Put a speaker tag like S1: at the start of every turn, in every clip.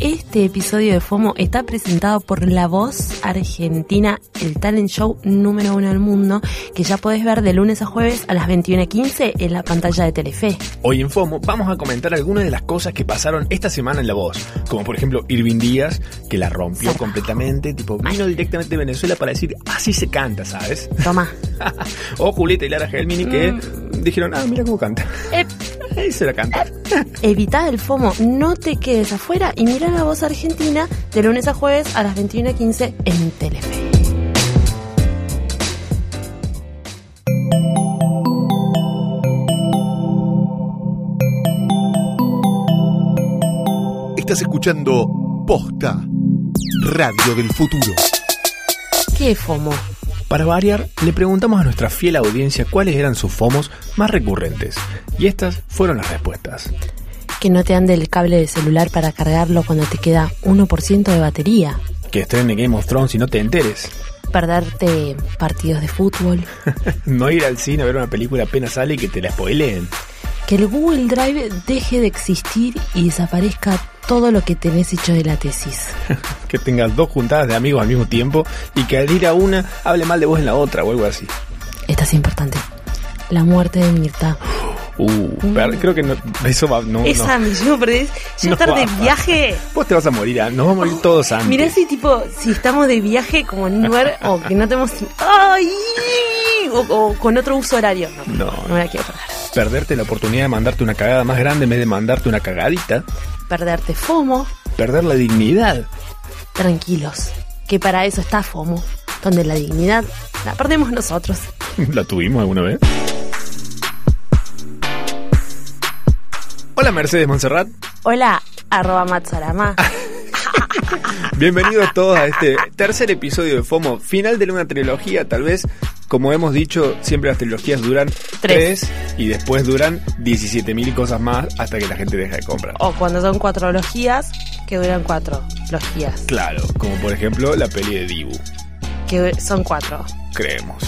S1: Este episodio de FOMO está presentado por La Voz Argentina, el talent show número uno del mundo, que ya podés ver de lunes a jueves a las 21.15 en la pantalla de Telefe.
S2: Hoy en FOMO vamos a comentar algunas de las cosas que pasaron esta semana en La Voz, como por ejemplo Irving Díaz, que la rompió
S1: Zarpado.
S2: completamente, tipo vino directamente de Venezuela para decir, así se canta, ¿sabes?
S1: Toma.
S2: o Julieta y Lara Gelmini que
S1: Mm.
S2: dijeron, ah, mira cómo canta.
S1: Ep.
S2: Ahí se la canta.
S1: Evita el FOMO, no te quedes afuera y mira La Voz Argentina de lunes a jueves a las 21.15 en Telefe.
S3: Estás escuchando Posta, Radio del Futuro.
S1: ¿Qué FOMO?
S2: Para variar, le preguntamos a nuestra fiel audiencia cuáles eran sus FOMOs más recurrentes. Y estas fueron las respuestas.
S1: Que no te ande el cable de celular para cargarlo cuando te queda 1% de batería.
S2: Que estrene Game of Thrones y no te enteres.
S1: Perderte partidos de fútbol.
S2: no ir al cine a ver una película apenas sale y que te la spoileen.
S1: Que el Google Drive deje de existir y desaparezca todo lo que tenés hecho de la tesis.
S2: que tengas dos juntadas de amigos al mismo tiempo y que al ir a una hable mal de vos en la otra o algo así.
S1: Esta es importante. La muerte de Mirta.
S2: Uh,
S1: Mm.
S2: per- creo que no, eso va, no,
S1: Esa
S2: no.
S1: misión perdés. Ya
S2: No
S1: estar de
S2: va.
S1: viaje.
S2: Vos te vas a morir, ah, nos vamos a morir todos antes.
S1: Mirá si tipo, si estamos de viaje como en un lugar o que no tenemos... ¡Ay! O, o con otro uso horario. No,
S2: No.
S1: no me la quiero perder.
S2: Perderte la oportunidad de mandarte una cagada más grande en vez de mandarte una cagadita.
S1: Perderte FOMO.
S2: Perder la dignidad.
S1: Tranquilos. Que para eso está FOMO. Donde la dignidad la perdemos nosotros.
S2: ¿La tuvimos alguna vez? Hola Mercedes Montserrat.
S1: Hola, arroba Matsorama.
S2: Bienvenidos todos a este tercer episodio de FOMO, final de una trilogía, tal vez, como hemos dicho, siempre las trilogías duran
S1: Tres.
S2: tres y después duran 17.000 cosas más hasta que la gente deja de comprar.
S1: O cuando son cuatro logías, que duran cuatro logías.
S2: Claro, como por ejemplo la peli de Dibu,
S1: Que son cuatro.
S2: creemos.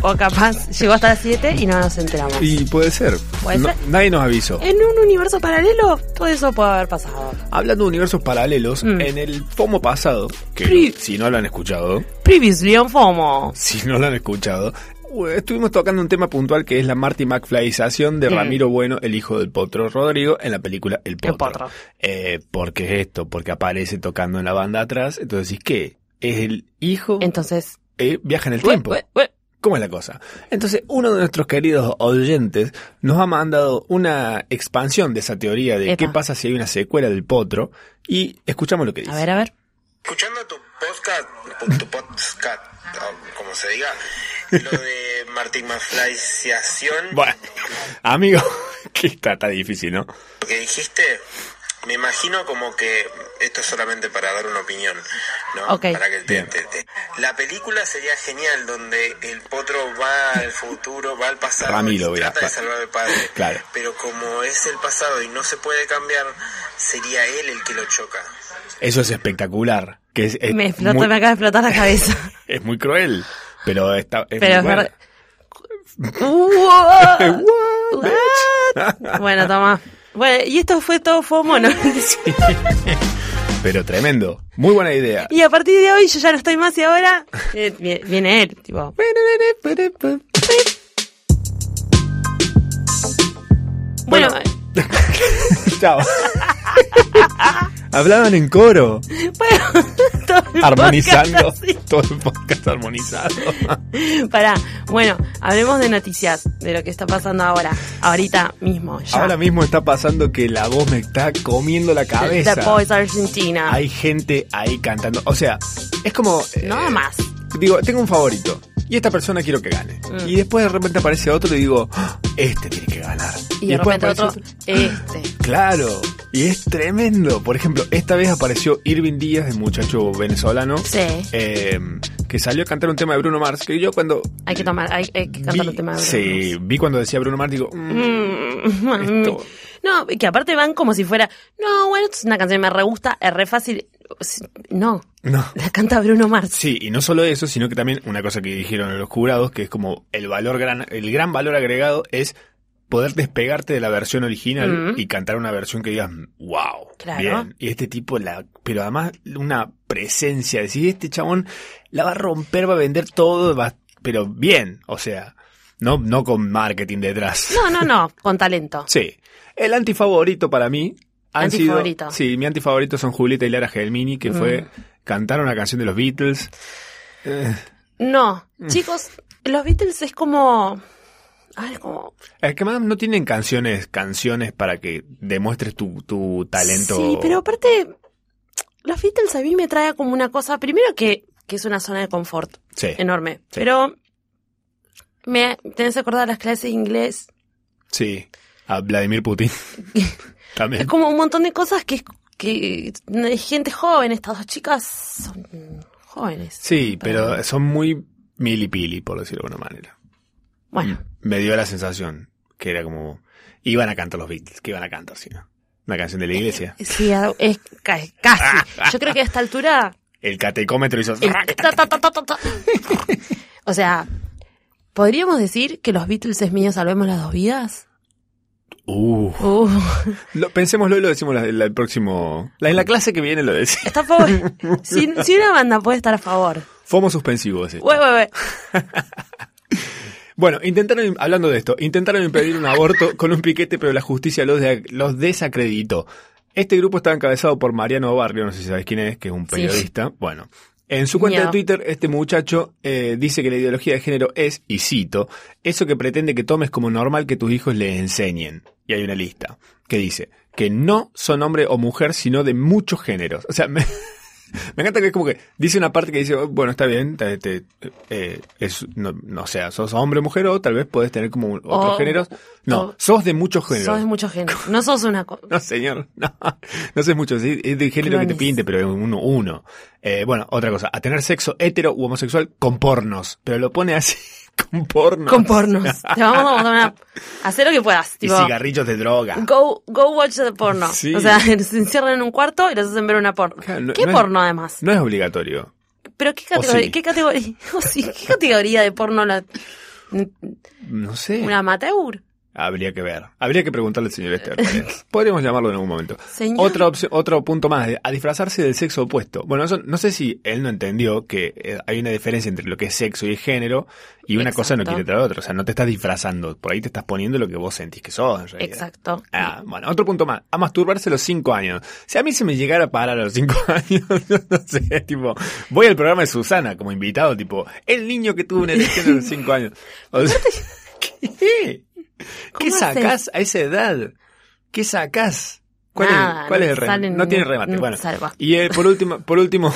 S1: O capaz llegó hasta las siete y no nos enteramos.
S2: Y puede ser,
S1: Puede ser. Eh.
S2: nadie nos avisó.
S1: En un universo paralelo, todo eso puede haber pasado.
S2: Hablando de universos paralelos,
S1: Mm.
S2: en el FOMO pasado, que
S1: Sí.
S2: no- si no lo han escuchado,
S1: Previously on FOMO.
S2: si no lo han escuchado, u- estuvimos tocando un tema puntual que es la Marty McFlyización de
S1: Mm.
S2: Ramiro Bueno, el hijo del Potro Rodrigo, en la película El Potro.
S1: El potro.
S2: Eh, ¿Por qué es esto? Porque aparece tocando en la banda atrás, entonces ¿y ¿qué? Es el hijo,
S1: Entonces.
S2: eh, viaja en el tiempo.
S1: Ue, ue, ue.
S2: ¿Cómo es la cosa? Entonces, uno de nuestros queridos oyentes nos ha mandado una expansión de esa teoría de
S1: Epa.
S2: qué pasa si hay una secuela del potro y escuchamos lo que dice.
S1: A ver, a ver.
S4: Escuchando tu podcast, tu podcast, o como se diga, lo de Martin McFlyización
S2: Bueno, amigo, que está, está difícil, ¿no?
S4: que dijiste, me imagino como que esto es solamente para dar una opinión, ¿no?
S1: Ok.
S4: Para que te,
S2: Bien.
S4: te- te- La película sería genial donde el potro va al futuro, va al pasado
S2: Ramiro,
S4: y
S2: mira,
S4: trata
S2: va-
S4: de salvar al padre.
S2: Claro.
S4: Pero como es el pasado y no se puede cambiar, sería él el que lo choca.
S2: Eso es espectacular. Que es, es
S1: Me, explota,
S2: Eh, muy,
S1: me acaba de explotar la cabeza.
S2: es muy cruel, pero está... es
S1: Pero es
S2: muy
S1: verdad.
S2: buena.
S1: Ua-
S2: What, bitch?
S1: Ua- bueno, toma. Bueno, y esto fue todo FOMO, ¿no?
S2: Pero tremendo. Muy buena idea.
S1: Y a partir de hoy yo ya no estoy más y ahora eh, viene, viene él, tipo. Bueno,
S2: Bueno. Chao. Hablaban en coro,
S1: eh, bueno, todo el
S2: armonizando.
S1: podcast así.
S2: Todo el podcast armonizado.
S1: Pará, bueno, hablemos de noticias, de lo que está pasando ahora, ahorita mismo. Ya.
S2: Ahora mismo está pasando que la voz me está comiendo la cabeza.
S1: The Voice Argentina.
S2: Hay gente ahí cantando. O sea, es como.
S1: Nada
S2: eh,
S1: más.
S2: Digo, tengo un favorito. Y esta persona quiero que gane.
S1: Mm.
S2: Y después de repente aparece otro y digo, "Ah, este tiene que ganar.
S1: Y de
S2: después
S1: repente otro,
S2: aparece
S1: este.
S2: Claro, y es tremendo. Por ejemplo, esta vez apareció Irving Díaz, el muchacho venezolano,
S1: este, Sí,
S2: eh, que salió a cantar un tema de Bruno Mars. Que yo cuando.
S1: hay que tomar, hay, hay que cantar
S2: vi-
S1: los temas.
S2: Sí, vi cuando decía Bruno Mars, digo, "Mm,
S1: Mm,
S2: Esto-
S1: No, que aparte van como si fuera, no, bueno, es una canción que me re gusta, es re fácil. No,
S2: no.
S1: la canta Bruno Mars.
S2: Sí, y no solo eso, sino que también una cosa que dijeron los jurados, que es como el valor gran, el gran valor agregado es poder despegarte de la versión original
S1: Mm.
S2: y cantar una versión que digas, wow,
S1: Claro.
S2: bien. Y este tipo, la, pero además una presencia, decir, este chabón la va a romper, va a vender todo, va- pero bien, o sea, no, no con marketing detrás.
S1: No, no, no, con talento.
S2: Sí. El antifavorito para mí han sido.
S1: Antifavorito. Mm.
S2: Sí, mi antifavorito son Julieta y Lara Gelmini, que fue cantar una canción de los Beatles.
S1: No,
S2: Mm.
S1: chicos, los Beatles es como... Ay, es como...
S2: Es que más no tienen canciones, canciones para que demuestres tu, tu talento.
S1: Sí, pero aparte, los Beatles a mí me trae como una cosa, primero que, que es una zona de confort
S2: Sí,
S1: enorme, pero me tenés que acordar las clases de inglés,
S2: sí. A Vladimir Putin.
S1: es
S2: También.
S1: como un montón de cosas que, que es gente joven, estas dos chicas son jóvenes.
S2: Sí, pero son muy milipili, por decirlo de alguna manera. Mm.
S1: Bueno,
S2: Me dio la sensación que era como. Iban a cantar los Beatles, que iban a cantar, sí. ¿no? Una canción de la iglesia.
S1: sí, a- es ca- casi. Yo creo que a esta altura
S2: El catecómetro hizo.
S1: El- ta, ta, ta, ta, ta, ta. O sea, ¿podríamos decir que los Beatles es mío, salvemos las dos vidas?
S2: Uh.
S1: Uh,
S2: Lo, pensémoslo y lo decimos la- la- el próximo. La, en la clase que viene lo decimos.
S1: está a favor. Si, si una banda puede estar a favor.
S2: Fomo suspensivo ese.
S1: Ué, ué, ué.
S2: Bueno, intentaron, im- hablando de esto, intentaron impedir un aborto con un piquete, pero la justicia los, de- los desacreditó. Este grupo estaba encabezado por Mariano Barrio, no sé si sabes quién es, que es un
S1: Sí.
S2: periodista. Bueno, en su cuenta
S1: Miedo.
S2: de Twitter, este muchacho eh, dice que la ideología de género es, y cito, eso que pretende que tomes como normal que tus hijos le enseñen. Y hay una lista que dice que no son hombre o mujer, sino de muchos géneros. O sea, me, Me encanta que es como que dice una parte que dice, oh, bueno, está bien, te- te- eh, es, no, no, o sea, sos hombre o mujer o tal vez podés tener como un- otros
S1: O-
S2: géneros. No,
S1: o-
S2: sos de muchos géneros.
S1: Oh, Sos de mucho género. No sos una co-
S2: No, señor, no, no sé mucho, sí, es del género que te
S1: Clones.
S2: pinte, pero es uno, uno. Eh, bueno, otra cosa, a tener sexo hetero u homosexual con pornos, pero lo pone así, con pornos.
S1: con pornos. Te vamos a mandar una. Hacer lo que puedas.
S2: Y
S1: Tipo,
S2: cigarrillos de droga.
S1: go, go watch the porno.
S2: Sí.
S1: O sea, se encierran en un cuarto y les hacen ver una porno.
S2: Claro, no-
S1: ¿Qué
S2: no es-
S1: porno además?
S2: No es obligatorio.
S1: ¿Pero qué
S2: O
S1: categoría,
S2: sí.
S1: qué categoría, o sí, qué categoría de porno la,
S2: No sé.
S1: una amateur?
S2: Habría que ver. Habría que preguntarle al señor Esther. cuál es. Podríamos llamarlo en algún momento.
S1: Señor.
S2: Otra opción- otro punto más, eh, a disfrazarse del sexo opuesto. Bueno, eso- no sé si él no entendió que eh, hay una diferencia entre lo que es sexo y género y una cosa no
S1: Exacto.
S2: quiere traer otra. O sea, no te estás disfrazando. Por ahí te estás poniendo lo que vos sentís que sos, en realidad.
S1: Exacto.
S2: Ah, bueno, otro punto más. A masturbarse a los cinco años. Si a mí se me llegara a parar a los cinco años, yo no sé, tipo, voy al programa de Susana como invitado, tipo, el niño que tuvo una erección a los cinco años. O sea, ¿qué? ¿Qué
S1: ¿Cómo
S2: sacás a esa edad? ¿Qué sacás? ¿Cuál
S1: Nada,
S2: es, cuál
S1: no
S2: es el remate?
S1: salen-
S2: no tiene
S1: no-
S2: remate.
S1: no
S2: bueno,
S1: salva.
S2: y eh, por último, por último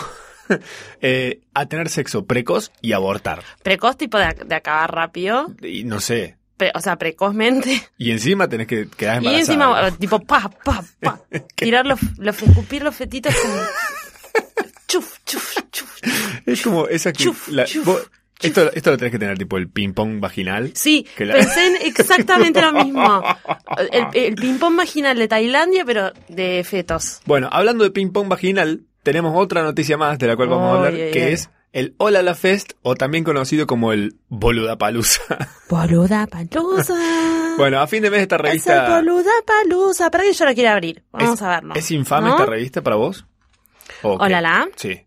S2: eh, a tener sexo precoz y abortar.
S1: Precoz tipo de, ac- de acabar rápido,
S2: Y no sé.
S1: pre- o sea, precozmente.
S2: Y encima tenés que quedar
S1: Y
S2: embarazada.
S1: encima, eh, tipo, pa, pa, pa. Tirar los, los, escupir los fetitos como... Chuf, chuf, chuf.
S2: Es como esa que.
S1: Chuf,
S2: la-
S1: chuf,
S2: vos- esto, esto lo tenés que tener, tipo el ping-pong vaginal.
S1: Sí,
S2: Que la-
S1: pensé en exactamente lo mismo. El, el ping-pong vaginal de Tailandia, pero de fetos.
S2: Bueno, hablando de ping-pong vaginal, tenemos otra noticia más de la cual vamos a hablar,
S1: Ay, ay,
S2: que
S1: ay.
S2: es el Hola la Fest, o también conocido como el Boluda Palusa.
S1: Boluda palusa.
S2: bueno, a fin de mes esta
S1: es el
S2: revista.
S1: boluda palusa. ¿Para que yo la quiera abrir? Vamos
S2: es-
S1: a verlo.
S2: ¿Es infame este
S1: ¿No?
S2: esta revista para vos? ¿O qué?
S1: Hola, la.
S2: Sí.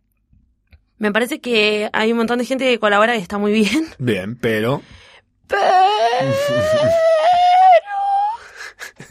S1: Me parece que hay un montón de gente que colabora y está muy bien.
S2: Bien, pero.
S1: Pero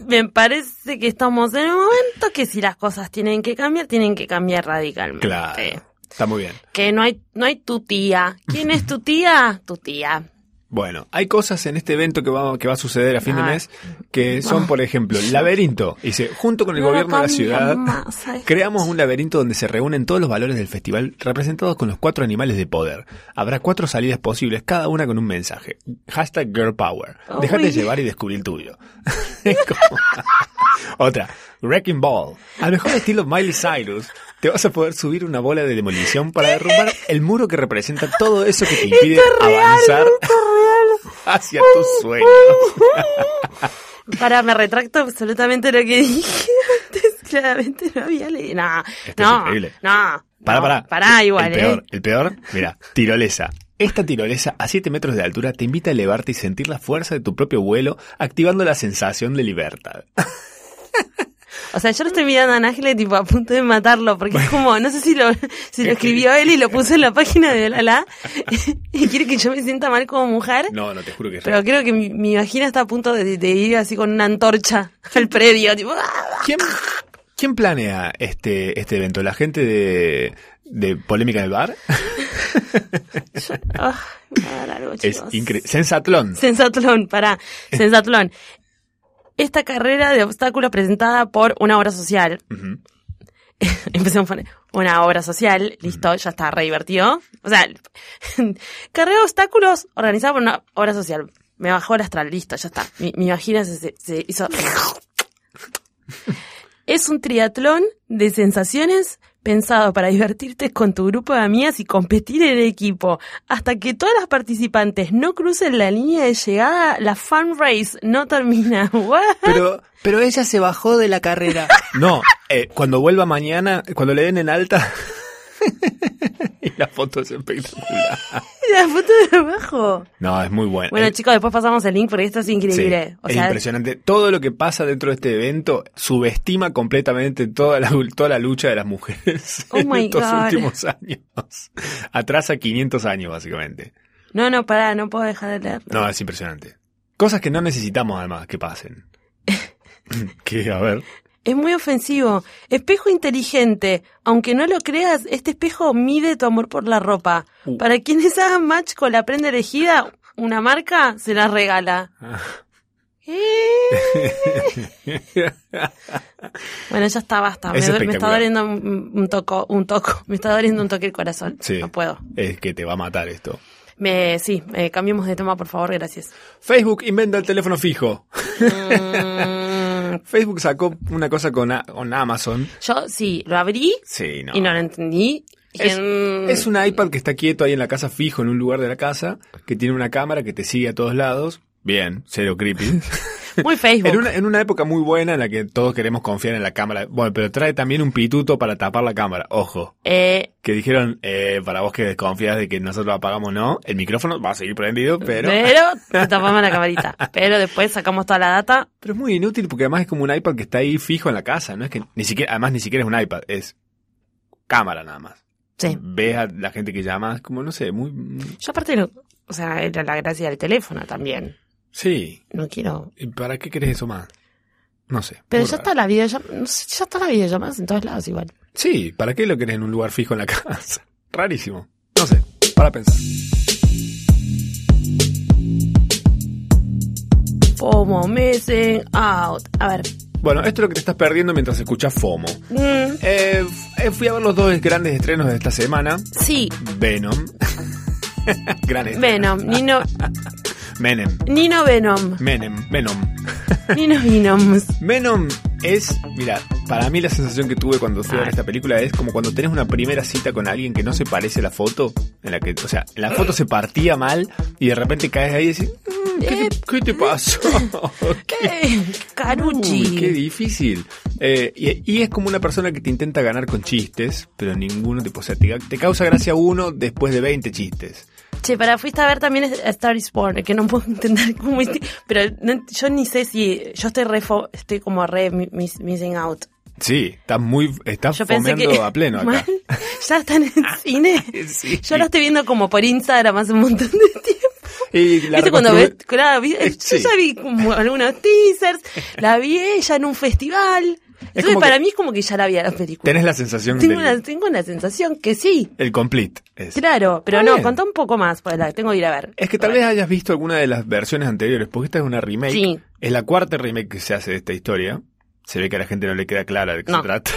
S1: me parece que estamos en un momento que si las cosas tienen que cambiar, tienen que cambiar radicalmente.
S2: Claro. Está muy bien.
S1: Que no hay, no hay tu tía. ¿Quién es tu tía? Tu tía.
S2: Bueno, hay cosas en este evento que va, que va a suceder a fin de
S1: Ah.
S2: mes que son, por ejemplo, laberinto. Dice, junto con el
S1: No lo
S2: gobierno de la
S1: cambia
S2: ciudad,
S1: más, ay.
S2: creamos un laberinto donde se reúnen todos los valores del festival representados con los cuatro animales de poder. Habrá cuatro salidas posibles, cada una con un mensaje. Hashtag Girl Power.
S1: Oh,
S2: Déjate
S1: muy bien.
S2: llevar y descubrir el tuyo. Es como- Otra, Wrecking Ball. Al mejor estilo Miley Cyrus, te vas a poder subir una bola de demolición para derrumbar el muro que representa todo eso que te impide avanzar hacia tus sueños.
S1: Para, me retracto absolutamente lo que dije antes. Claramente no había leído. No,
S2: Esto es
S1: no,
S2: increíble.
S1: no.
S2: Pará,
S1: no,
S2: pará.
S1: Pará, igual,
S2: El peor,
S1: ¿eh?
S2: el peor, mira, tirolesa. Esta tirolesa a 7 metros de altura te invita a elevarte y sentir la fuerza de tu propio vuelo, activando la sensación de libertad.
S1: O sea, yo lo estoy mirando a Nájile tipo a punto de matarlo, porque es como, no sé si lo, si lo escribió él y lo puso en la página de Lala y quiere que yo me sienta mal como mujer,
S2: No, no te juro que es
S1: pero
S2: real.
S1: creo que mi, mi vagina está a punto de, de ir así con una antorcha al predio, tipo, ¡ah!
S2: ¿Quién, quién planea este, este evento? ¿La gente de, de Polémica del Bar?
S1: yo- ah, me va a dar algo,
S2: Es
S1: chicos.
S2: increíble. Sensatlón.
S1: Sensatlón, pará. Sensatlón. Esta carrera de obstáculos presentada por una obra social.
S2: Ujú.
S1: Empecemos por una obra social. Listo, ya está, re divertido. O sea, carrera de obstáculos organizada por una obra social. Me bajó el astral, listo, ya está. Mi, mi vagina se, se- se hizo... Es un triatlón de sensaciones pensado para divertirte con tu grupo de amigas y competir en equipo. Hasta que todas las participantes no crucen la línea de llegada, la fan race no termina. ¿What?
S2: Pero, pero ella se bajó de la carrera. No, eh, cuando vuelva mañana, cuando le den en alta. y la foto es espectacular.
S1: La foto de abajo.
S2: No, es muy buena.
S1: Bueno,
S2: Eh,
S1: chicos, después pasamos el link porque esto es
S2: sí,
S1: increíble. o
S2: es
S1: sea,
S2: impresionante. Todo lo que pasa dentro de este evento subestima completamente toda la, toda la lucha de las mujeres
S1: Oh
S2: en
S1: my
S2: estos
S1: God.
S2: últimos años. Atrasa 500 años, básicamente.
S1: no, no, pará, no puedo dejar de leer.
S2: No, es impresionante. Cosas que no necesitamos, además, que pasen. que, a ver.
S1: Es muy ofensivo. Espejo inteligente. Aunque no lo creas, este espejo mide tu amor por la ropa.
S2: Uh.
S1: Para quienes hagan match con la prenda elegida, una marca se la regala. ¿Eh? bueno, ya está, basta. Me,
S2: Es
S1: du- me está
S2: espectacular.
S1: doliendo un, un toco, un toco. Me está doliendo un toque el corazón.
S2: Sí.
S1: No puedo.
S2: Es que te va a matar esto.
S1: Me, sí, eh, cambiemos de tema, por favor, gracias.
S2: Facebook inventa el teléfono fijo.
S1: Mm,
S2: Facebook sacó una cosa con, A- con Amazon.
S1: yo sí, lo abrí
S2: Sí, no.
S1: y no lo entendí. Y
S2: Es,
S1: en-
S2: es un iPad que está quieto ahí en la casa fijo, en un lugar de la casa, que tiene una cámara que te sigue a todos lados. Bien, cero creepy.
S1: muy Facebook.
S2: en, una, en una época muy buena en la que todos queremos confiar en la cámara. Bueno, pero trae también un pituto para tapar la cámara. Ojo.
S1: Eh,
S2: Que dijeron, eh, para vos que desconfías de que nosotros apagamos, no. El micrófono va a seguir prendido,
S1: pero,
S2: pero...
S1: te tapamos la camarita. Pero después sacamos toda la data.
S2: Pero es muy inútil porque además es como un iPad que está ahí fijo en la casa, ¿no? Es que ni siquiera, además ni siquiera es un iPad, es cámara nada más.
S1: Sí.
S2: Ves a la gente que llama, es como, no sé, muy...
S1: Yo aparte, no- o sea, era la gracia del teléfono también.
S2: Sí,
S1: No quiero.
S2: ¿y para qué querés eso más? No sé.
S1: Pero
S2: muy
S1: ya
S2: raro.
S1: está la videollamada. No sé, ya está la videollamada en todos lados igual.
S2: Sí, ¿para qué lo querés en un lugar fijo en la casa? Rarísimo. No sé, para pensar.
S1: FOMO, missing out. A ver.
S2: Bueno, esto es lo que te estás perdiendo mientras escuchas FOMO.
S1: Mm,
S2: Eh, f- eh, fui a ver los dos grandes estrenos de esta semana.
S1: sí,
S2: Venom. Gran estreno.
S1: Venom. Nino,
S2: Menem.
S1: Nino Venom.
S2: Menem. Venom.
S1: Nino Venoms.
S2: Venom es, mira, para mí la sensación que tuve cuando fui a ver
S1: Ay.
S2: esta película es como cuando tenés una primera cita con alguien que no se parece a la foto, en la que, o sea, la foto se partía mal y de repente caes ahí y decís, "Mm, ¿qué, te, qué te pasó?
S1: Eh,
S2: Uy, qué
S1: Carucci.
S2: difícil. Eh, y, y es como una persona que te intenta ganar con chistes, pero ninguno te, o sea, te, te causa gracia uno después de 20 chistes.
S1: Che, para fuiste a ver también a Star is Born, que no puedo entender cómo es- Pero no- yo ni sé si. Yo estoy re fo- estoy como re mi- mis- missing out.
S2: Sí, estás muy, estás
S1: Yo pensé
S2: fomeando
S1: que.
S2: a pleno acá.
S1: Mal. ya están en el cine.
S2: Sí.
S1: Yo lo estoy viendo como por Instagram hace un montón de tiempo.
S2: Y la
S1: ¿Viste cuando ves?
S2: reconstru-
S1: Claro, vi-
S2: Eh,
S1: yo
S2: sí.
S1: ya vi como algunos teasers, la vi ella en un festival. Entonces
S2: como
S1: para
S2: que-
S1: mí es como que ya la vi a la película.
S2: Tenés la sensación
S1: Tengo
S2: del-
S1: una, tengo una sensación que sí,
S2: El complete. es.
S1: claro, pero
S2: Está
S1: no,
S2: bien.
S1: contá un poco más, porque la tengo que ir a ver.
S2: Es que tal vez hayas visto alguna de las versiones anteriores, porque esta es una remake.
S1: Sí.
S2: Es la cuarta remake que se hace de esta historia. Se ve que a la gente no le queda clara de qué
S1: No.
S2: se trata.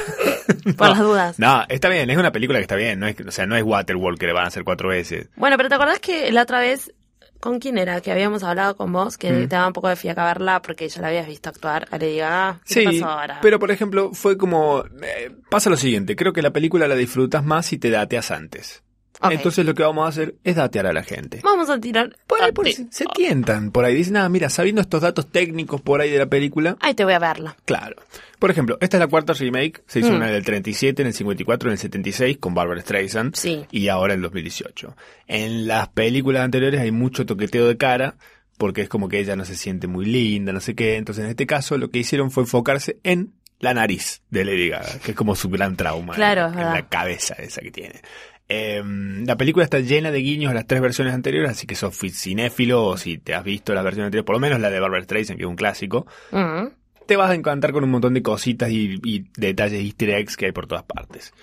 S1: Por las dudas.
S2: No, está bien, es una película que está bien, no es, o sea, no es Waterworld que le van a hacer cuatro veces.
S1: Bueno, pero ¿te acordás que la otra vez, con quién era? Que habíamos hablado con vos, que
S2: Mm.
S1: te daba un poco de fiaca verla porque ya la habías visto actuar. Le digo, ah, ¿qué
S2: Sí,
S1: pasó ahora?
S2: pero por ejemplo, fue como... eh, pasa lo siguiente, creo que la película la disfrutas más si te dateas antes.
S1: Ok.
S2: Entonces lo que vamos a hacer es datear a la gente.
S1: Vamos a tirar.
S2: Por ahí, por ahí se, se tientan, por ahí dicen, ah, mira, sabiendo estos datos técnicos por ahí de la película,
S1: Ahí te voy a verla.
S2: claro. Por ejemplo, esta es la cuarta remake, se hizo
S1: Mm.
S2: una en el 37, en el 54, en el 76 con Barbara Streisand
S1: Sí.
S2: y ahora en 2018. En las películas anteriores hay mucho toqueteo de cara porque es como que ella no se siente muy linda, no sé qué. Entonces, en este caso, lo que hicieron fue enfocarse en la nariz de Lady Gaga, que es como su gran trauma.
S1: Claro,
S2: en-
S1: es
S2: en
S1: verdad.
S2: la cabeza esa que tiene. Eh, la película está llena de guiños a las tres versiones anteriores, así que sos fi- cinéfilo o si te has visto las versiones anteriores, por lo menos la de Barbara Streisand, que es un clásico,
S1: Mm.
S2: te vas a encantar con un montón de cositas y, y detalles easter eggs que hay por todas partes.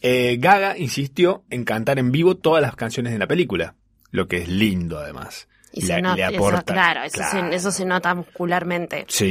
S2: Eh, Gaga insistió en cantar en vivo todas las canciones de la película, lo que es lindo además.
S1: Y
S2: Le-
S1: se nota-
S2: le
S1: eso-
S2: aporta-
S1: claro, eso,
S2: claro.
S1: Se, eso se nota muscularmente.
S2: Sí,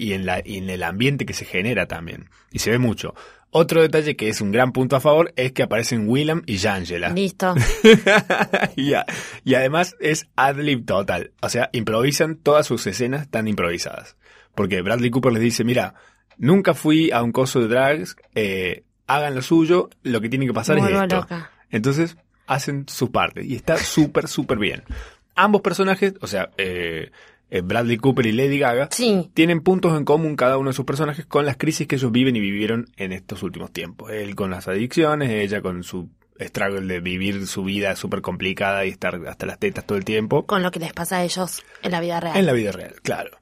S2: y, y en, la, y en el ambiente que se genera también. Y se ve mucho. Otro detalle que es un gran punto a favor es que aparecen William y Angela.
S1: Listo.
S2: y, a- y además es ad-lib total. O sea, improvisan todas sus escenas tan improvisadas. Porque Bradley Cooper les dice, mira, nunca fui a un coso de drags, eh, hagan lo suyo, lo que tiene que pasar es
S1: Vuelvo
S2: esto.
S1: loca.
S2: Entonces hacen su parte y está súper, súper bien. Ambos personajes, o sea, eh, eh, Bradley Cooper y Lady Gaga,
S1: Sí.
S2: tienen puntos en común cada uno de sus personajes con las crisis que ellos viven y vivieron en estos últimos tiempos. Él con las adicciones, ella con su struggle de vivir su vida súper complicada y estar hasta las tetas todo el tiempo.
S1: Con lo que les pasa a ellos en la vida real.
S2: En la vida real, claro.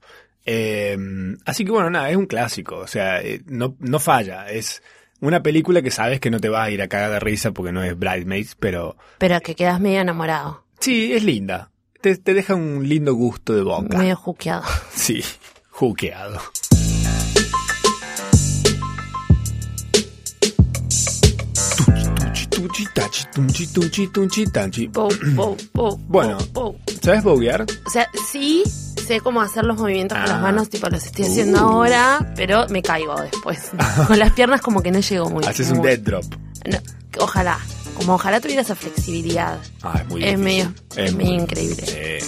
S2: Eh, así que bueno, nada, es un clásico, o sea, eh, no, no falla, es una película que sabes que no te vas a ir a cagar de risa porque no es Bridesmaids, pero
S1: Pero que quedas medio enamorado.
S2: sí, es linda. Te, te deja un lindo gusto de boca.
S1: Medio juqueado.
S2: Sí, juqueado. Tunchi, tunchi, tachi, tunchi, tunchi, tunchi, tanchi.
S1: Pou, pou, pou,
S2: Bueno.
S1: pou, pou.
S2: ¿Sabes boguear?
S1: O sea, sí sé cómo hacer los movimientos con
S2: Ah.
S1: las manos, tipo los estoy haciendo
S2: Uh.
S1: ahora, pero me caigo después. con las piernas como que no llego muy
S2: Haces un
S1: muy-
S2: dead drop.
S1: No, ojalá. Como ojalá tuviera esa flexibilidad.
S2: Ah, es muy
S1: Es
S2: difícil.
S1: medio, es
S2: muy
S1: medio
S2: difícil.
S1: increíble.
S2: Eh,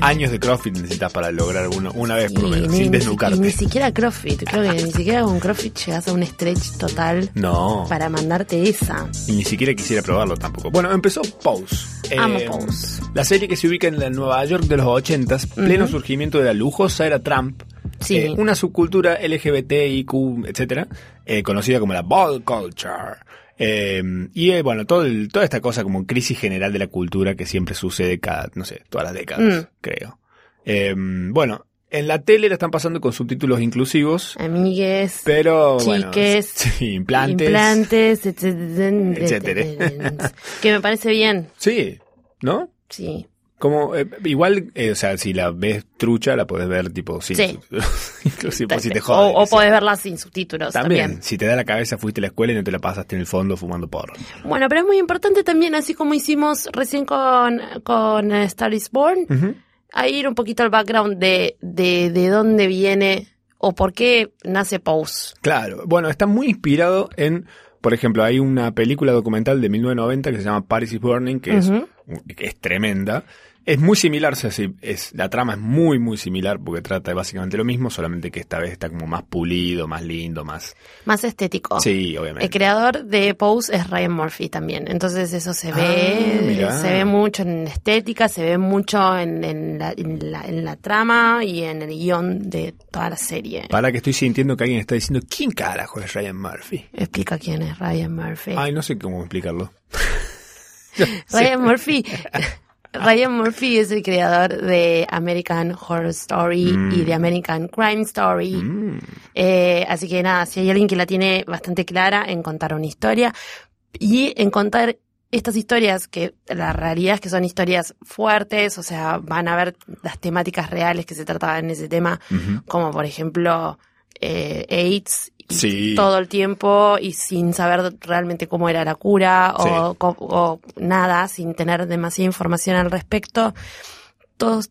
S2: años de CrossFit necesitas para lograr uno, una vez por lo
S1: Y
S2: menos,
S1: ni-
S2: sin
S1: ni, y ni
S2: desnucarte.
S1: siquiera CrossFit, creo que ni siquiera con CrossFit llegas a un stretch total
S2: No,
S1: para mandarte esa.
S2: y ni siquiera quisiera probarlo tampoco. Bueno, empezó Pose.
S1: Amo
S2: Eh,
S1: Pose.
S2: La serie que se ubica en la Nueva York de los 80 pleno surgimiento de la lujosa era Trump,
S1: Sí.
S2: eh, una subcultura LGBTIQ, etcétera, eh, conocida como la ball culture. Eh, y eh, bueno, todo el- toda esta cosa como crisis general de la cultura que siempre sucede cada, no sé, todas las décadas,
S1: Mm.
S2: creo. Eh, bueno, en la tele la están pasando con subtítulos inclusivos,
S1: Amigues,
S2: pero bueno,
S1: Chiques.
S2: sí, implantes,
S1: implantes, etcétera.
S2: Etcétera.
S1: que me parece bien,
S2: sí, ¿no?
S1: sí.
S2: Como, eh, igual, eh, o sea, si la ves trucha, la podés ver tipo sin
S1: Sí.
S2: subtítulos. Inclusive por si te
S1: O-
S2: joden.
S1: o,
S2: quizá.
S1: podés verla sin subtítulos
S2: también,
S1: también.
S2: si te da la cabeza, fuiste a la escuela y no te la pasaste en el fondo fumando porro.
S1: Bueno, pero es muy importante también, así como hicimos recién con, con eh, Star is Born,
S2: Mm.
S1: a ir un poquito al background de, de, de dónde viene o por qué nace Pose.
S2: Claro. Bueno, está muy inspirado en, por ejemplo, hay una película documental de 1990 que se llama Paris is Burning, que es
S1: Ujú.
S2: que es tremenda. Es muy similar, o sea, sí, es, la trama es muy, muy similar porque trata de básicamente lo mismo, solamente que esta vez está como más pulido, más lindo, más...
S1: Más estético.
S2: Sí, obviamente.
S1: El creador de Pose es Ryan Murphy también. Entonces eso se
S2: Ah,
S1: ve,
S2: mirá.
S1: se ve mucho en estética, se ve mucho en, en la, en la- en la trama y en el guión de toda la serie.
S2: Para que estoy sintiendo que alguien está diciendo, ¿quién carajo es Ryan Murphy?
S1: Explica quién es Ryan Murphy.
S2: Ay, no sé cómo explicarlo.
S1: Ryan Murphy. Ryan Murphy es el creador de American Horror Story
S2: Mm.
S1: y de American Crime Story. Eh, así que nada, si hay alguien que la tiene bastante clara en contar una historia y en contar estas historias que la realidad es que son historias fuertes, o sea, van a ver las temáticas reales que se trataban en ese tema, como por ejemplo eh, AIDS y
S2: Sí.
S1: todo el tiempo y sin saber realmente cómo era la cura o,
S2: Sí.
S1: co- o nada, sin tener demasiada información al respecto. Todos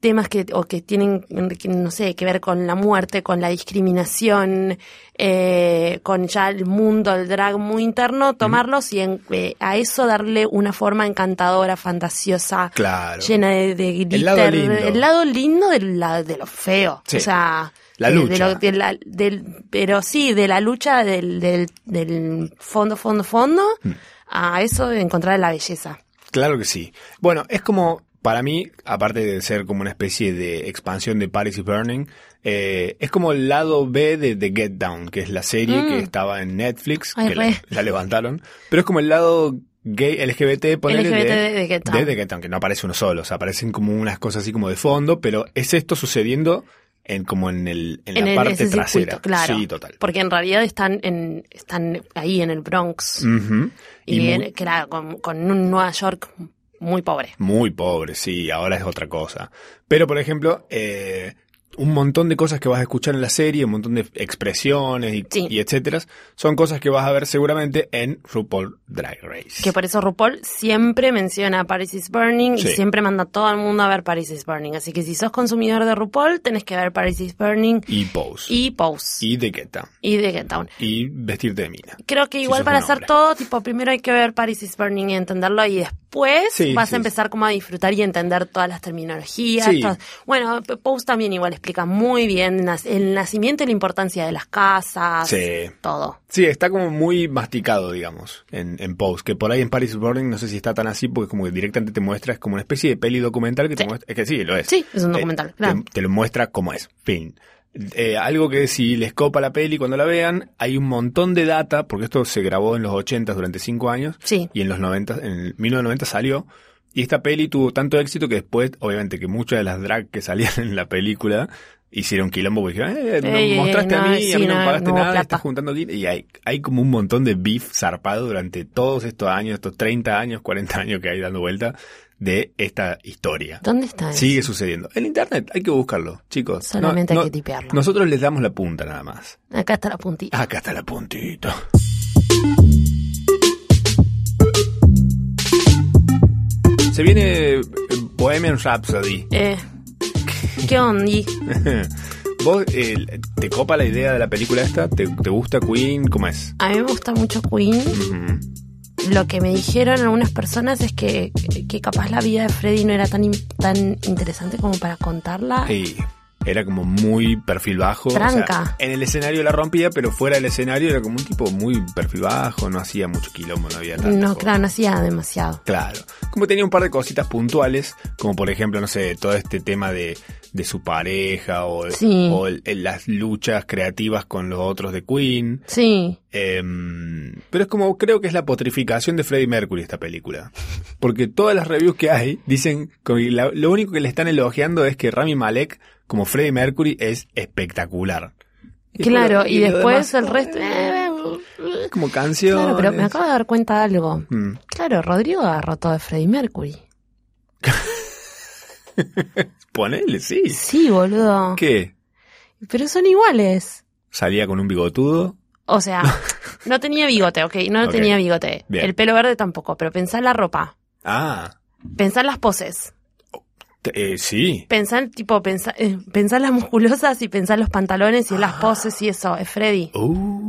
S1: temas que, o que tienen, que no sé, que ver con la muerte, con la discriminación, eh, con ya el mundo, el drag muy interno, tomarlos y en- eh, a eso darle una forma encantadora, fantasiosa,
S2: Claro.
S1: llena de, de glitter.
S2: lado lindo.
S1: el lado lindo de, la- de lo feo.
S2: Sí.
S1: O sea,
S2: La
S1: eh, de
S2: lucha.
S1: lo- de la- del, pero sí, de la lucha del, del, del fondo, fondo, fondo,
S2: Hmm.
S1: a eso de encontrar la belleza.
S2: Claro que sí. Bueno, es como, para mí, aparte de ser como una especie de expansión de Paris is Burning, eh, es como el lado B de The Get Down, que es la serie
S1: Mm.
S2: que estaba en Netflix,
S1: Ay,
S2: que
S1: re.
S2: la, la levantaron. Pero es como el lado gay LGBT, ponele,
S1: LGBT
S2: de-
S1: de, de Get Down.
S2: de The Get Down, que no aparece uno solo, o sea, aparecen como unas cosas así como de fondo, pero es esto sucediendo en como en, el, en,
S1: En
S2: la
S1: el-
S2: parte
S1: ese circuito,
S2: trasera.
S1: claro.
S2: Sí, total.
S1: Porque en realidad están en están ahí en el Bronx.
S2: Ujú.
S1: y
S2: muy-
S1: en- claro, con, con un Nueva York muy pobre.
S2: Muy pobre, sí, ahora es otra cosa. Pero, por ejemplo, eh, un montón de cosas que vas a escuchar en la serie, un montón de expresiones y,
S1: Sí.
S2: y etcétera, son cosas que vas a ver seguramente en RuPaul Drag Race.
S1: Que por eso RuPaul siempre menciona Paris is Burning
S2: Sí.
S1: y siempre manda a todo el mundo a ver Paris is Burning. Así que si sos consumidor de RuPaul, tenés que ver Paris is Burning
S2: Y Pose.
S1: y Pose
S2: Y, de The Get Down.
S1: y The Get Down.
S2: Y Vestirte de Mina.
S1: Creo que
S2: Si
S1: igual
S2: sos
S1: para
S2: un
S1: hacer
S2: hombre.
S1: todo, tipo, primero hay que ver Paris is Burning y entenderlo y después
S2: Sí,
S1: vas
S2: sí,
S1: a empezar como a disfrutar y entender todas las terminologías.
S2: Sí.
S1: todas- Bueno, P- Pose también igual explica muy bien nas- el nacimiento y la importancia de las casas,
S2: Sí.
S1: todo.
S2: Sí, está como muy masticado, digamos, en, en Pose. Que por ahí en Paris is Burning no sé si está tan así, porque como que directamente te muestra, es como una especie de peli documental que te
S1: Sí.
S2: muestra. Es que sí, lo es.
S1: Sí, es un
S2: Te-
S1: documental,
S2: Eh, te,
S1: claro.
S2: te lo muestra como es. Fin. Eh, algo que si les copa la peli cuando la vean, hay un montón de data, porque esto se grabó en los 80 durante 5 años
S1: Sí.
S2: y en los 90, en el 1990 salió. Y esta peli tuvo tanto éxito que después, obviamente, que muchas de las drag que salían en la película hicieron quilombo porque dijeron, eh, no
S1: Ey,
S2: mostraste
S1: no,
S2: a mí, a
S1: sí,
S2: mí no, me
S1: no,
S2: pagaste
S1: no hubo
S2: nada,
S1: plata.
S2: estás juntando guita. Y hay, hay como un montón de beef zarpado durante todos estos años, estos 30 años, 40 años que hay dando vuelta de esta historia.
S1: ¿Dónde está eso?
S2: Sigue sucediendo. En internet hay que buscarlo, chicos.
S1: Solamente
S2: No-
S1: hay
S2: no-
S1: que tipearlo.
S2: Nosotros les damos la punta nada más.
S1: Acá está la puntita.
S2: Acá está la puntita. Se viene eh, Bohemian Rhapsody.
S1: Eh, ¿Qué onda?
S2: ¿Vos eh, te copa la idea de la película esta? ¿Te, te gusta Queen? ¿Cómo es?
S1: A mí me gusta mucho Queen.
S2: Mm,
S1: Lo que me dijeron algunas personas es que, que capaz la vida de Freddy no era tan, in- tan interesante como para contarla.
S2: sí. Era como muy perfil bajo. o sea,
S1: Tranca.
S2: en el escenario la rompía, pero fuera del escenario era como un tipo muy perfil bajo, no hacía mucho quilombo, no había tanto.
S1: no, claro, no hacía demasiado.
S2: Claro. Como tenía un par de cositas puntuales, como por ejemplo, no sé, todo este tema de, de su pareja o,
S1: Sí.
S2: o el- el- las luchas creativas con los otros de Queen.
S1: Sí,
S2: Em, pero es como, creo que es la potrificación de Freddie Mercury esta película. Porque todas las reviews que hay dicen que la- lo único que le están elogiando es que Rami Malek, como Freddie Mercury, es espectacular.
S1: claro.
S2: lo-
S1: Y,
S2: lo
S1: después
S2: demás,
S1: el resto... eh,
S2: es como canción.
S1: claro, pero me acabo de dar cuenta de algo.
S2: Mm.
S1: Claro, Rodrigo agarró todo de Freddie Mercury.
S2: Ponele, sí.
S1: Sí, boludo.
S2: ¿Qué?
S1: Pero son iguales.
S2: Salía con un bigotudo.
S1: O sea, no tenía bigote, ok, no
S2: Ok.
S1: tenía bigote.
S2: Bien.
S1: El pelo verde tampoco, pero pensá en la ropa,
S2: Ah,
S1: pensá en las poses,
S2: Te- eh, sí.
S1: pensá en tipo, pensá, eh, pensá en las musculosas y pensá en los pantalones y en las poses y eso, es Freddy.
S2: Uh.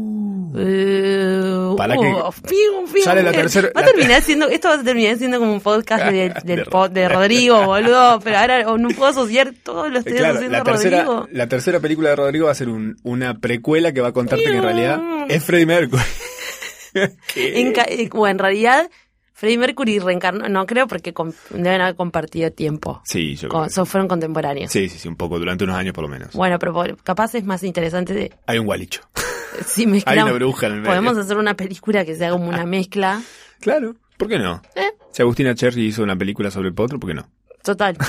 S1: Uh,
S2: Para
S1: uh,
S2: que-
S1: fiu, fiu.
S2: Sale la
S1: Eh,
S2: tercera-
S1: Va a
S2: la-
S1: terminar siendo, esto va a terminar siendo como un podcast de, del
S2: De-
S1: po- de Rodrigo, boludo. Pero ahora oh, no puedo asociar todo lo
S2: Eh,
S1: estoy
S2: Claro,
S1: haciendo
S2: la tercera,
S1: Rodrigo.
S2: la tercera película de Rodrigo va a ser un- una precuela que va a contarte que en realidad es Freddie Mercury. ¿Qué?
S1: En, ca- eh, o en realidad, Freddie Mercury reencarnó, no creo porque com- deben haber compartido tiempo.
S2: Sí, yo creo.
S1: Con-
S2: que
S1: son- fueron contemporáneos.
S2: Sí, sí, sí, un poco, durante unos años por lo menos.
S1: Bueno, pero por- capaz es más interesante de-
S2: Hay un gualicho.
S1: si
S2: Hay una
S1: mezclamos.
S2: bruja en el medio.
S1: Podemos hacer una película que se haga como una mezcla.
S2: Claro, ¿por qué no?
S1: Eh.
S2: Si Agustina Cherry hizo una película sobre el potro, ¿por qué no?
S1: Total.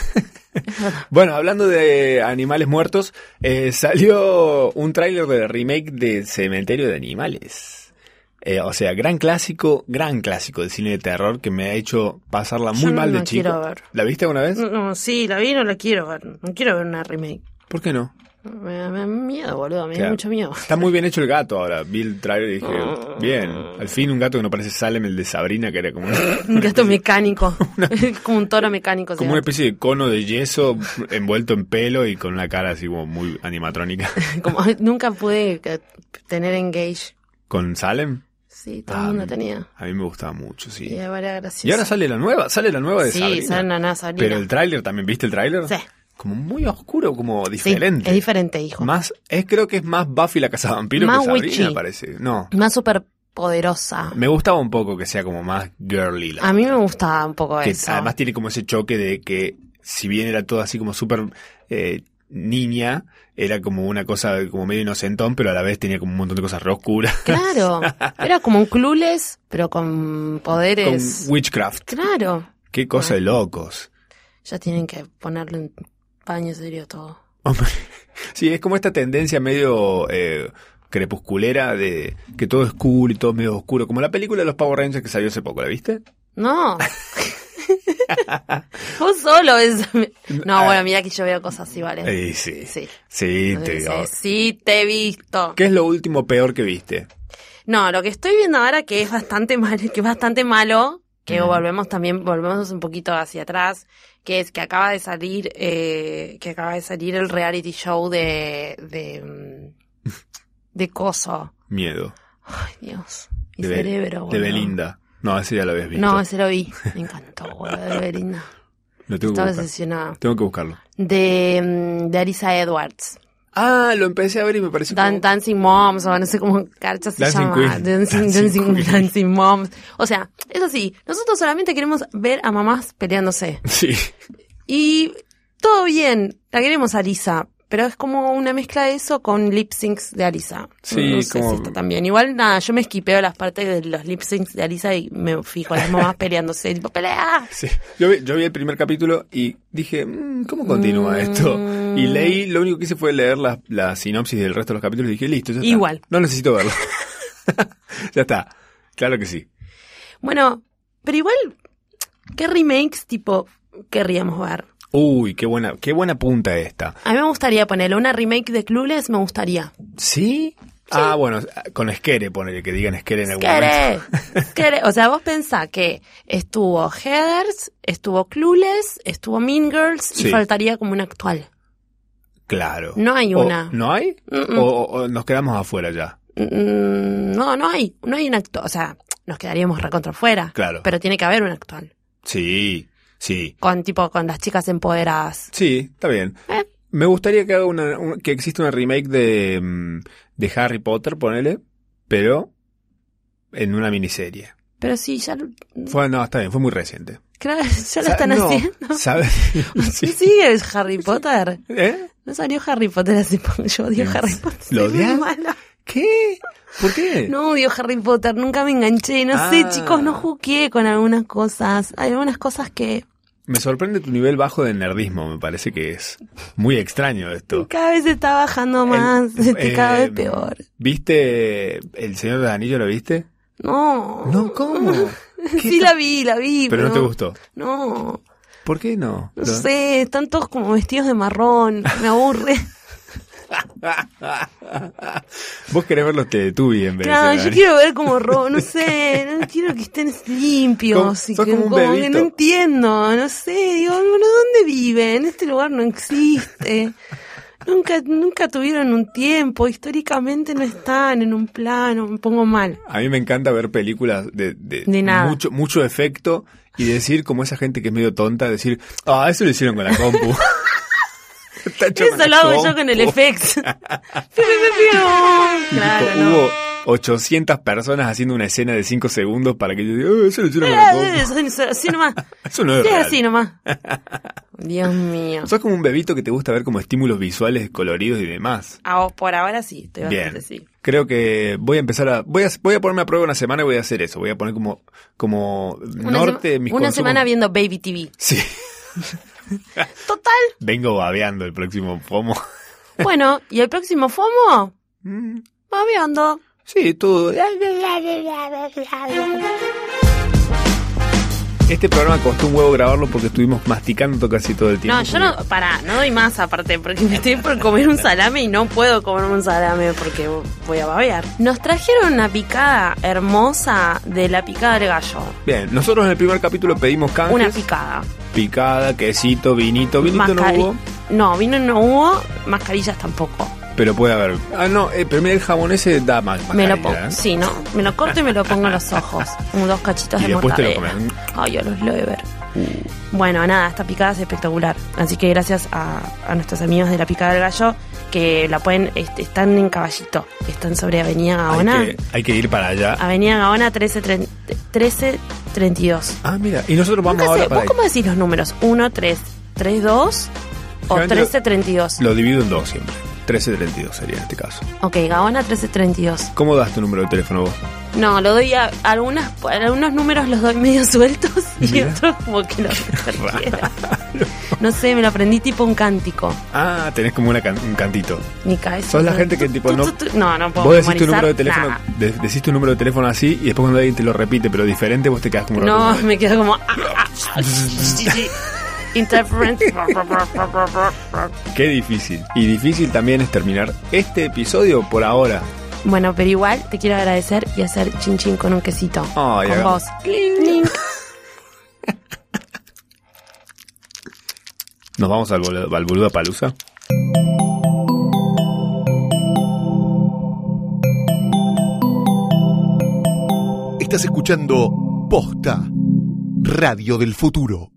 S2: Bueno, hablando de animales muertos, eh, salió un tráiler de remake de Cementerio de Animales. Eh, o sea, gran clásico, gran clásico de cine de terror que me ha hecho pasarla
S1: Yo
S2: muy
S1: no
S2: mal de
S1: la
S2: chico.
S1: quiero ver. Mm.
S2: ¿La viste alguna vez?
S1: No, no, sí, la vi, no la quiero ver. No quiero ver una remake.
S2: ¿Por qué no?
S1: Me, da- me da miedo, boludo. Me da
S2: Claro.
S1: mucho miedo.
S2: Está muy bien hecho el gato ahora. Vi el tráiler y dije,
S1: Mm.
S2: bien. Al fin un gato que no parece Salem, el de Sabrina, que era como una,
S1: Un gato mecánico. como un toro mecánico. ese
S2: como una
S1: gato.
S2: especie de cono de yeso envuelto en pelo y con una cara así como muy animatrónica.
S1: Como- nunca pude eh, tener engage.
S2: ¿Con Salem?
S1: Sí, todo
S2: Ah,
S1: el mundo
S2: mi-
S1: tenía.
S2: A mí me gustaba mucho, sí.
S1: Y ahora, gracias.
S2: Y ahora sale la nueva, sale la nueva de
S1: Sí,
S2: Sabrina.
S1: sale la nueva Sabrina.
S2: Pero el tráiler también, ¿viste el tráiler?
S1: Sí.
S2: como muy oscuro, como
S1: Sí,
S2: diferente.
S1: es diferente, hijo. Más,
S2: Más, es, creo que es más Buffy la casa vampiro
S1: Más
S2: que Sabrina,
S1: witchy.
S2: parece. No.
S1: superpoderosa.
S2: Me gustaba un poco que sea como más girly la
S1: A mí me gustaba un poco
S2: que
S1: eso.
S2: además tiene como ese choque de que si bien era todo así como súper eh, niña, era como una cosa como medio inocentón, pero a la vez tenía como un montón de cosas re oscuras.
S1: Claro. Era como un clueless, pero con
S2: con
S1: poderes.
S2: witchcraft.
S1: Claro.
S2: Qué cosa de locos.
S1: Ya tienen que ponerle un paño serio todo.
S2: Hombre. Sí, es como esta tendencia medio eh, crepusculera de que todo es cool y todo es medio oscuro. Como la película de los Power Rangers que salió hace poco, ¿la viste?
S1: No. Vos solo ves. No,
S2: Ah.
S1: bueno, mira que yo veo cosas iguales.
S2: Eh, sí. Sí,
S1: Sí.
S2: te digo.
S1: Sí, sí, te he visto.
S2: ¿Qué es lo último peor que viste?
S1: No, lo que estoy viendo ahora que es bastante malo, que es bastante malo, que
S2: Ujú.
S1: volvemos también, volvemos un poquito hacia atrás, que es que acaba de salir, eh, que acaba de salir el reality show de, de, mm, de coso.
S2: Miedo.
S1: Ay, Dios. Mi
S2: De Be-
S1: cerebro,
S2: De
S1: boludo.
S2: Belinda. No, ese ya lo habías visto.
S1: No, ese lo vi. Me encantó, boludo, de Belinda.
S2: Lo tengo que
S1: Estaba
S2: buscar.
S1: obsesionada.
S2: Tengo que buscarlo.
S1: De, mm, de Arisa Edwards.
S2: Ah, lo empecé a ver y me pareció
S1: Dan-
S2: como-
S1: Dancing Moms, o no sé cómo carcha se
S2: Dancing
S1: llama.
S2: Queen.
S1: Dancing,
S2: Dancing
S1: dancing-
S2: Queen.
S1: Dancing Moms. O sea, es así. Nosotros solamente queremos ver a mamás peleándose.
S2: Sí.
S1: Y todo bien, la queremos a Arisa. Pero es como una mezcla de eso con lip syncs de Arisa.
S2: Sí,
S1: no sé
S2: como-
S1: si está también. Igual nada, yo me esquipeo las partes de los lip syncs de Arisa y me fijo a las mamás peleándose. Tipo, pelea.
S2: sí. Yo, vi, yo vi el primer capítulo y dije, "Mm, ¿cómo continúa esto? Y leí, lo único que hice fue leer la, la sinopsis del resto de los capítulos y dije, listo, ya está.
S1: Igual.
S2: No necesito verlo. ya está. Claro que sí.
S1: Bueno, pero igual, ¿qué remakes tipo querríamos ver?
S2: Uy, qué buena, qué buena punta esta.
S1: A mí me gustaría ponerle una remake de Clueless, me gustaría.
S2: ¿Sí? Ah, bueno, con Esquere, ponele que digan Esquere en algún momento.
S1: Quere, quere. O sea, vos pensás que estuvo Heathers, estuvo Clueless, estuvo Mean Girls
S2: Sí.
S1: y faltaría como una actual.
S2: Claro.
S1: No hay
S2: O-
S1: una.
S2: ¿No hay?
S1: Mm-mm.
S2: O, o- o nos quedamos afuera ya.
S1: Mm, No, no hay, no hay una actual. O sea, nos quedaríamos recontra fuera.
S2: Claro.
S1: Pero tiene que haber una actual.
S2: Sí, sí.
S1: Con tipo, con las chicas empoderadas.
S2: Sí, está bien.
S1: Eh.
S2: Me gustaría que haga una, un- que exista una remake de, mm, de Harry Potter, ponele, pero en una miniserie.
S1: Pero sí, ya, lo-
S2: Fue, no, está bien, fue muy reciente.
S1: claro, ya lo
S2: Sa-
S1: están
S2: no,
S1: haciendo.
S2: ¿Sabes?
S1: Sí.
S2: Sí.
S1: sigue Harry Potter?
S2: ¿Eh?
S1: No salió Harry Potter hace poco. Yo odio
S2: ¿En
S1: Harry
S2: serio?
S1: Potter.
S2: ¿Lo
S1: soy muy
S2: odias?
S1: mala.
S2: ¿Qué? ¿Por qué?
S1: No odio Harry Potter, nunca me enganché. No sé,
S2: Ah.
S1: chicos, no jugué con algunas cosas. Hay algunas cosas que
S2: Me sorprende tu nivel bajo de nerdismo, me parece que es muy extraño esto.
S1: cada vez está bajando más,
S2: El-
S1: este, cada
S2: eh,
S1: vez peor.
S2: ¿Viste El Señor del Anillo, lo viste?
S1: No.
S2: No, ¿cómo? ¿Qué
S1: Sí
S2: ta-
S1: la vi, la vi.
S2: Pero no te gustó.
S1: No,
S2: ¿Por qué no?
S1: no sé, están todos como vestidos de marrón, me aburre.
S2: Vos querés ver los Teletubbies en vez de
S1: claro,
S2: Señor del
S1: yo
S2: Anillo.
S1: quiero ver como ro, no sé, no quiero que estén limpios
S2: Como-
S1: y
S2: sos
S1: que,
S2: como un
S1: que no
S2: bebito.
S1: entiendo, no sé, digo, bueno, ¿dónde viven? Este lugar no existe. Nunca, nunca tuvieron un tiempo, históricamente no están en un plano, me pongo mal.
S2: A mí me encanta ver películas de, de
S1: De nada.
S2: mucho mucho efecto y decir como esa gente que es medio tonta, decir, ah, eso lo hicieron con la compu. Está hecho
S1: Eso
S2: la
S1: lo hago yo
S2: compu.
S1: con el E effects. Piu, piu, piu, piu.
S2: Y tipo,
S1: Claro, no.
S2: Hubo 800 personas haciendo una escena de 5 segundos para que yo diga, "Ah, eso lo hicieron con la compu.
S1: Eso- eso- eh, Así nomás.
S2: Eso no es
S1: Sí,
S2: real.
S1: así nomás. Dios mío.
S2: Sos como un bebito que te gusta ver como estímulos visuales coloridos y demás.
S1: A Ah, vos por ahora sí, estoy bastante
S2: Bien.
S1: sí.
S2: Creo que voy a empezar a voy a voy a ponerme a prueba una semana y voy a hacer eso. Voy a poner como como
S1: Una
S2: norte
S1: sema-
S2: de mis
S1: Una
S2: consumos.
S1: semana viendo Baby TV.
S2: Sí.
S1: Total.
S2: Vengo babeando el próximo FOMO.
S1: Bueno, y el próximo FOMO,
S2: Mm,
S1: babeando.
S2: Sí, todo. Este programa costó un huevo grabarlo porque estuvimos masticando casi todo el tiempo.
S1: No, yo no, pará, no doy más aparte, porque me estoy por comer un salame y no puedo comerme un salame porque voy a babear. Nos trajeron una picada hermosa de la picada del gallo.
S2: Bien, nosotros en el primer capítulo pedimos canjes.
S1: Una picada.
S2: Picada, quesito, vinito. Vinito
S1: Mascari-
S2: no hubo,
S1: No, vino no hubo, mascarillas tampoco.
S2: pero puede haber. Ah, no, eh, pero mira, el jamón ese da más
S1: me
S2: mascarilla,
S1: lo pongo,
S2: ¿eh?
S1: sí, no, me lo corto y me lo pongo en los ojos. Un, dos cachitos
S2: Y
S1: de
S2: después te lo Uh.
S1: mortadela.
S2: comes.
S1: Ay, a los Loeber. Bueno, nada, esta picada es espectacular. Así que gracias a, a nuestros amigos de la picada del gallo, que la pueden, este, están en caballito, están sobre Avenida
S2: Hay
S1: Gaona.
S2: que, hay que ir para allá.
S1: Avenida Gaona 1332. 1332.
S2: Ah, mira, y nosotros vamos
S1: Nunca
S2: ahora
S1: sé,
S2: para
S1: ¿Vos
S2: ahí.
S1: cómo decís los números? 1, 3, 3, 2 o
S2: Generalmente
S1: 1332.
S2: Lo divido en dos siempre. 1332 sería en este caso.
S1: Ok, Gaona 1332.
S2: ¿Cómo das tu número de teléfono vos?
S1: No, lo doy a algunas, a algunos números los doy medio sueltos y
S2: Mira.
S1: otros como que los cualquiera. No sé, me lo aprendí tipo un cántico.
S2: Ah, tenés como una can- un cantito.
S1: Ni cae.
S2: Sos la gente que, tipo, no-
S1: No, no puedo
S2: Vos decís tu
S1: memorizar
S2: número de teléfono,
S1: nada.
S2: de- decís tu número de teléfono así y después cuando alguien te lo repite, pero diferente, vos te quedás como
S1: No,
S2: loco.
S1: me quedo como. ah, ah, ah, sí, sí. Interference.
S2: Qué difícil. Y difícil también es terminar este episodio por ahora.
S1: Bueno, pero igual te quiero agradecer y hacer chin chin con un quesito.
S2: Ay,
S1: con
S2: haga-
S1: vos. Clink.
S2: Nos vamos al, bol- al boludo palusa.
S3: Estás escuchando Posta Radio del Futuro.